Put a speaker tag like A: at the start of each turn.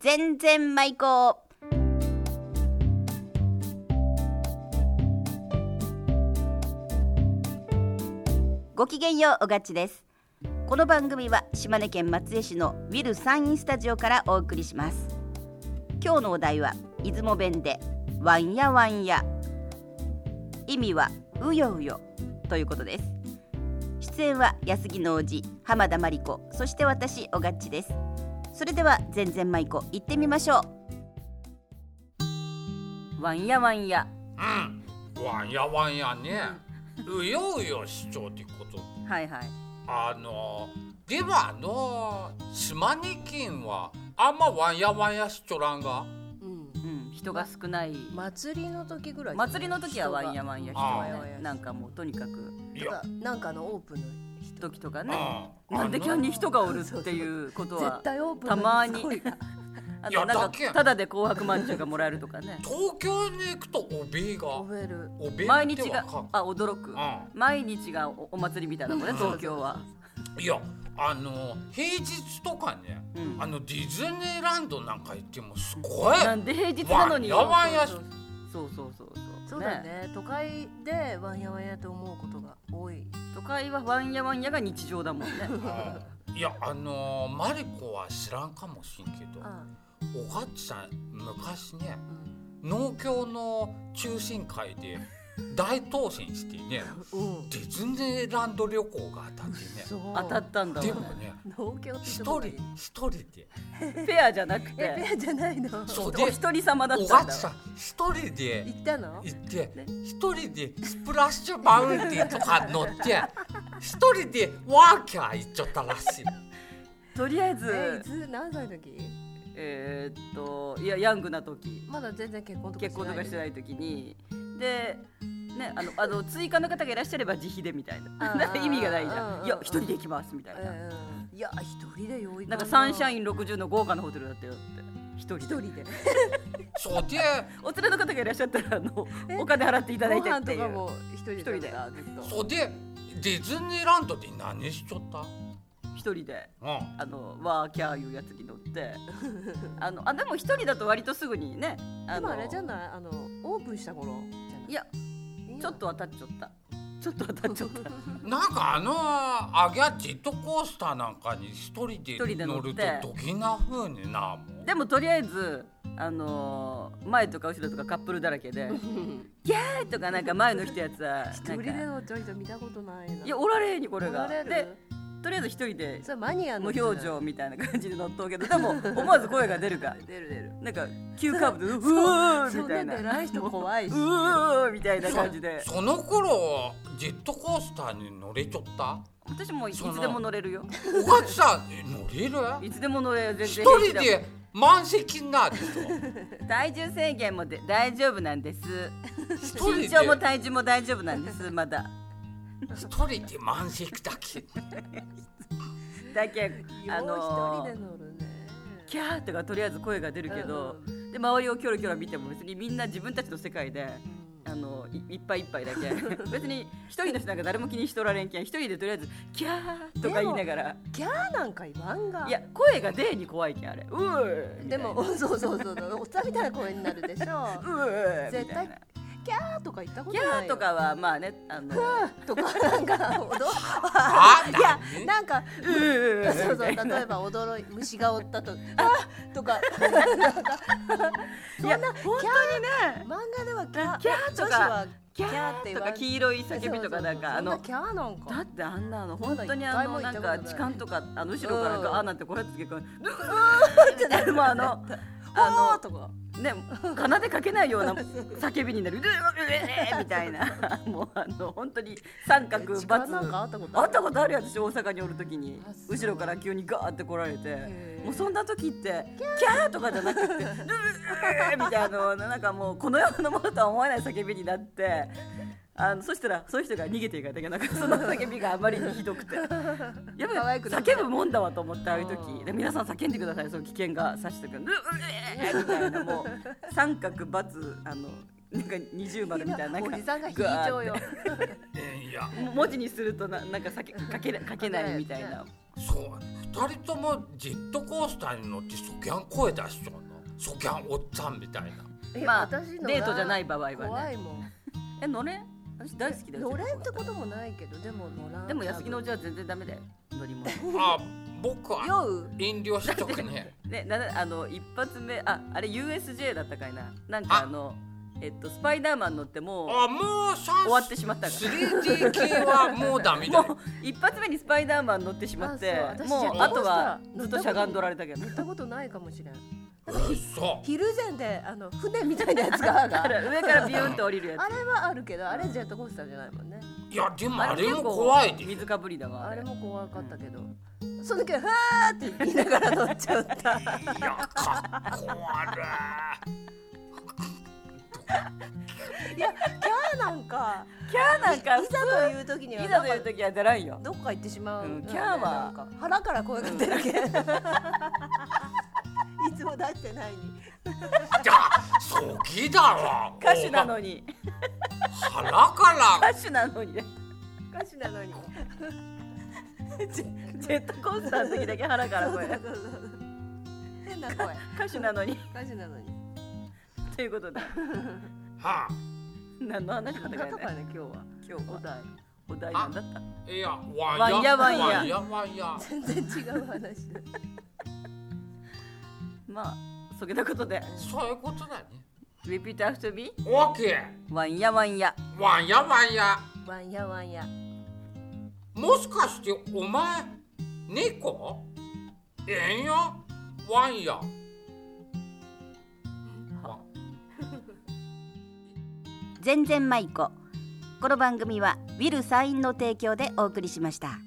A: 全然舞妓ごきげんようおがっちですこの番組は島根県松江市のウィルサインスタジオからお送りします今日のお題は出雲弁でわんやわんや意味はうようよということです出演は安木のおじ浜田真理子そして私おがっちですそれでは全然舞子行ってみましょうわんやわんや
B: うん、わんやわんやね、うようよ主張ってこと。
A: はいはい
B: あの、でもあの、島根県はあんまわんやわんやしちょらんが。
C: うん
A: うん人が少ない
C: 祭りの時ぐらいじゃない
A: 祭りの時はワンヤワンヤ人は
B: あ
A: ねなんかもうとにかく
B: い
C: 人がとかなんかあのオープンの人
A: 時とかね
B: うん、
A: なんで急に人
B: が。
A: がおるっていうことは
C: 絶対オープン
A: たまに
C: の人が
A: あ
B: いや
A: となん
B: だ
A: か
B: けや
A: ただで紅白まんじゅうがもらえるとかね
B: 東京に行くとおべえが。
C: 覚える
B: おべえ
A: 毎
B: って
A: 日
B: わ
A: が
B: かん
A: あ驚く
B: う
A: 毎日がおお祭りみたいなもんね東京は
B: ん、いや、あの、平日とかね、
A: うん
B: あのディズニーランドなんか行ってもすごい。
A: なんで平日なのに
B: わんやわんや
A: そうそうそうそう
C: そうだよね都会でワンヤワンヤと思うことが多い
A: 都会はワンヤワンヤが日常だもん ね
B: うんいや、あの、マリコは知らんかもしんけど。
C: あ
B: おかっちさん昔ね
C: あ、うん
B: 農協の中心会で大当選してね
C: うん
B: ディズニーランド旅行が当たって
C: そう
A: 当たったんだ
B: ねで
A: もん
B: も
A: ね
B: ね
C: 農協って
B: 一
C: ど
B: 人
C: こがいい
B: 一人で
A: ペアじゃなくて
C: えペアじゃないの
B: そう
A: お一人様だっ
B: お
A: た
B: か
A: ん
B: っ
A: だ
B: ちさん一人で
C: 行ったの
B: 行って
A: ね
B: 一人でスプラッシュマウンテンとか乗って一人でワーキャー行っちゃったらしい
A: とりあえ
C: え
A: ず
C: いつ何歳の時
A: えーっといやヤングな時
C: まだ全然結婚とか
A: 結婚とかして
C: い
A: ない時にで、ね、あのあの追加の方がいらっしゃれば自費でみたいな
C: あー
A: なんか意味がないじ
C: うんうん
A: ゃ
C: うん
A: 「
C: ん
A: いや一人で行きます」みたいな、
C: うんうんいや一人でよい
A: なんかサンシャ
C: ン
A: イン60の豪華なホテルだったよって一人で
C: 一人で
B: そうで
A: お連れの方がいらっしゃったらあの
C: え
A: お金払っていただ
C: ご
A: いて
C: 飯
A: って
C: と
A: い
C: か
A: う
C: も一人で
A: 一人で
C: 食べたずっと
B: そうでディズニーランドで何しちゃった
A: 一人で。
B: うん
A: あのワーキャーいうやつに乗って あのあでも一人だと割とすぐにねあ
C: でも
A: の
C: あれじゃないあのオープンした頃じゃない
A: いやちょっと 当たっちゃったちょっと当たっちゃった
B: なんかあのあげゃジェットコースターなんかに一人
A: 一人で
B: で
A: 乗
B: 乗
A: って
B: るとどぎな風になもう
A: でもとりあえず、あのー前とか後ろとかカップルだらけで「ギャー!」とかなんか前の人やつは
C: 一人で
A: なんか
C: のちょいと見たことないない
A: やおられにこれ
C: 怒
A: が
C: られ
A: で
C: る
A: とりあえず一人で
C: それマニアの
A: 無
C: 人
A: 表
C: じゃ
A: 情みたいな感じで乗っとうけどでも思わず声が出るか
C: ない 出る出る
A: なんか急カーブで「う
C: そう
A: ー!」
C: そ
A: み
C: ん
A: た
C: ない
A: な「う
C: 偉い人怖いし
A: ー!」みたいな感じで
B: その頃ジェットコースターに乗れち ゃった
A: 私もいつ
B: その
A: でも乗れるよ
B: おかつさんえ乗れる
A: いつでも乗れる全
B: 一
A: 然平気
B: 人
A: だも
B: で満席になるでし
A: ん体重制限もで大丈夫なんです
B: ょ
A: 身
B: 一
A: 長も
B: 人で
A: 体重も大丈夫なんですまだ
B: 一人で満席だ け
A: だけ
C: よ
A: あ
C: 一
A: の
C: 人で
A: ー
C: 乗るね
A: キャーとかとりあえず声が出るけど、
C: うん
A: で周りをキョロキョロ見ても別にみんな自分たちの世界であのいいっぱいいっぱ いだけ別に一人の人なんか誰も気にしとられんけん一人でとりあえず「キャー」とか言いながら
C: ギャーなんか言わんが
A: いや声が出に怖いけんあれ「うー」みた
C: で
A: いな
C: も そうそうそうそうおっさんみたいな声になるでし
A: 「う
C: ょ
A: ー」み
C: 絶
A: た
C: 対
A: いな「
C: キャーとか言ったこ
A: キ
C: とな
A: ャ
C: いよ
A: ー」とかはまあねあの「う
C: とかなんか 驚
B: あ
C: いや
B: だね
C: なんか
A: ー」
C: そうそう例えば驚い虫がおったとあと かなんか
A: いや本当にね
C: 漫画ではキャー
A: キャーとか
C: 女子は
A: 「キャー」とか黄色い叫びとかなんかあ
C: そんな
A: の
C: キャーなん
A: だ
C: か
A: ってあんなの
C: ま
A: 本
C: だ
A: 当に
C: 一
A: あ
C: 回
A: の
C: も行
A: な
C: った
A: ん
C: ことない
A: か痴漢とかあの後ろからなん
C: う
A: か
C: ん
A: あーなんてこうやってつけてうーってなるもうあの
C: あ
A: あ
C: のとか
A: の ね奏でかけないような叫びになるうーみたいな もうあの本当に三角
C: 痴漢
A: バツ
C: なんかあったこと
A: あった
C: こ
A: ことあるよ私大阪におる時に
C: あそう
A: 後ろから急にガーって来られて。
C: と
A: もうそんな時ってキャーとかじゃなくて「ルー」みたいなのなんかもうこの世のものとは思えない叫びになってあのそしたらそういう人が逃げていかなきゃなんかその叫びがあまりにひどくてやっぱり
C: 可愛くなった
A: 叫ぶもんだわと思ってああいう
C: う
A: 時
C: ん
A: で皆さん叫んでくださいその危険が差してくる「ルー」みたいなもう三角×あのなんか二重丸みたいななん
C: お
A: か
C: じさんが引いちゃうよ
B: えいや
A: 文字にするとななんか叫かけらかけないみたいな
B: そう二人ともジェットコースターに乗ってそぎゃん声出しちゃうのそぎゃんおっちゃんみたい な
C: え
A: まあ
C: 私の
A: デートじゃない場合はね
C: 怖いもん
A: え乗れん私大好きだよ
C: 乗れんってこともないけどでも乗らん
A: でも安木のう
C: 多
A: ちは全然ダメだよ乗 り物
B: あ僕
C: 分
B: は
C: 酔う
B: 遠慮しとくね
A: ねななあの一発目ああれ USJ だったかいななんかあのえっとスパイダーマン乗っても
B: あもうシャン
A: う終わってしまったから
B: 3D 系はもうダメだよ
A: もう一発目にスパイダーマン乗ってしまって
C: あそう私
A: もう
C: ジェットコ
A: あ
C: ースター
A: とはずっとしゃがんどられたけど
C: 乗ったことないかもしれん
B: 嘘
C: 昼前であの船みたいなやつが
A: だ
C: あ
A: から
C: る
A: 上からビューンと降りるやつ
C: あれはあるけどあれジェットコースターじゃないもんね
B: いやでもあれ
A: 結
B: も
A: 構
B: 怖いで
A: 水かぶりだわ
C: あ
A: あ
C: れ
A: れ
C: も怖かったけど、その時は「ふわー」って言いながら乗っちゃった
B: いやかっこ悪
C: いやキャーなんか
A: キャーなんか
C: いざという時にはい
A: ざとい
C: な
A: うん
C: か
A: 時は出らんよ
C: どっか行ってしまう、
A: うんキャーは
C: なんか腹から声が出るけ、ん、いつも出してないに
B: いやそぎだわ
A: 歌手なのに
B: お腹から
A: 歌手なのにね
C: 歌手なのに
A: ジジェットコースターの時だけ腹から声
C: そうそうそうそう変な声
A: 歌手なのに
C: 歌手なのに
A: ということで
B: は
A: 何の話だったか
C: だから
A: ね
C: ね今日は
A: 今日
C: お
A: は
C: 題
A: お題なんだった
B: あいやわんや
A: わんやわ
B: わ
A: ん
B: ん
A: や
B: やわんや
C: 全然違う話だ
A: まあそげなことで
B: そういうことだね
A: Repeat after me
B: オッケ
A: ワンヤワンヤ
B: ーわんやわんや
C: ワンヤワンヤ
B: もしかしてお前猫えんやわんやわ
A: 全然舞子この番組はウィルサインの提供でお送りしました。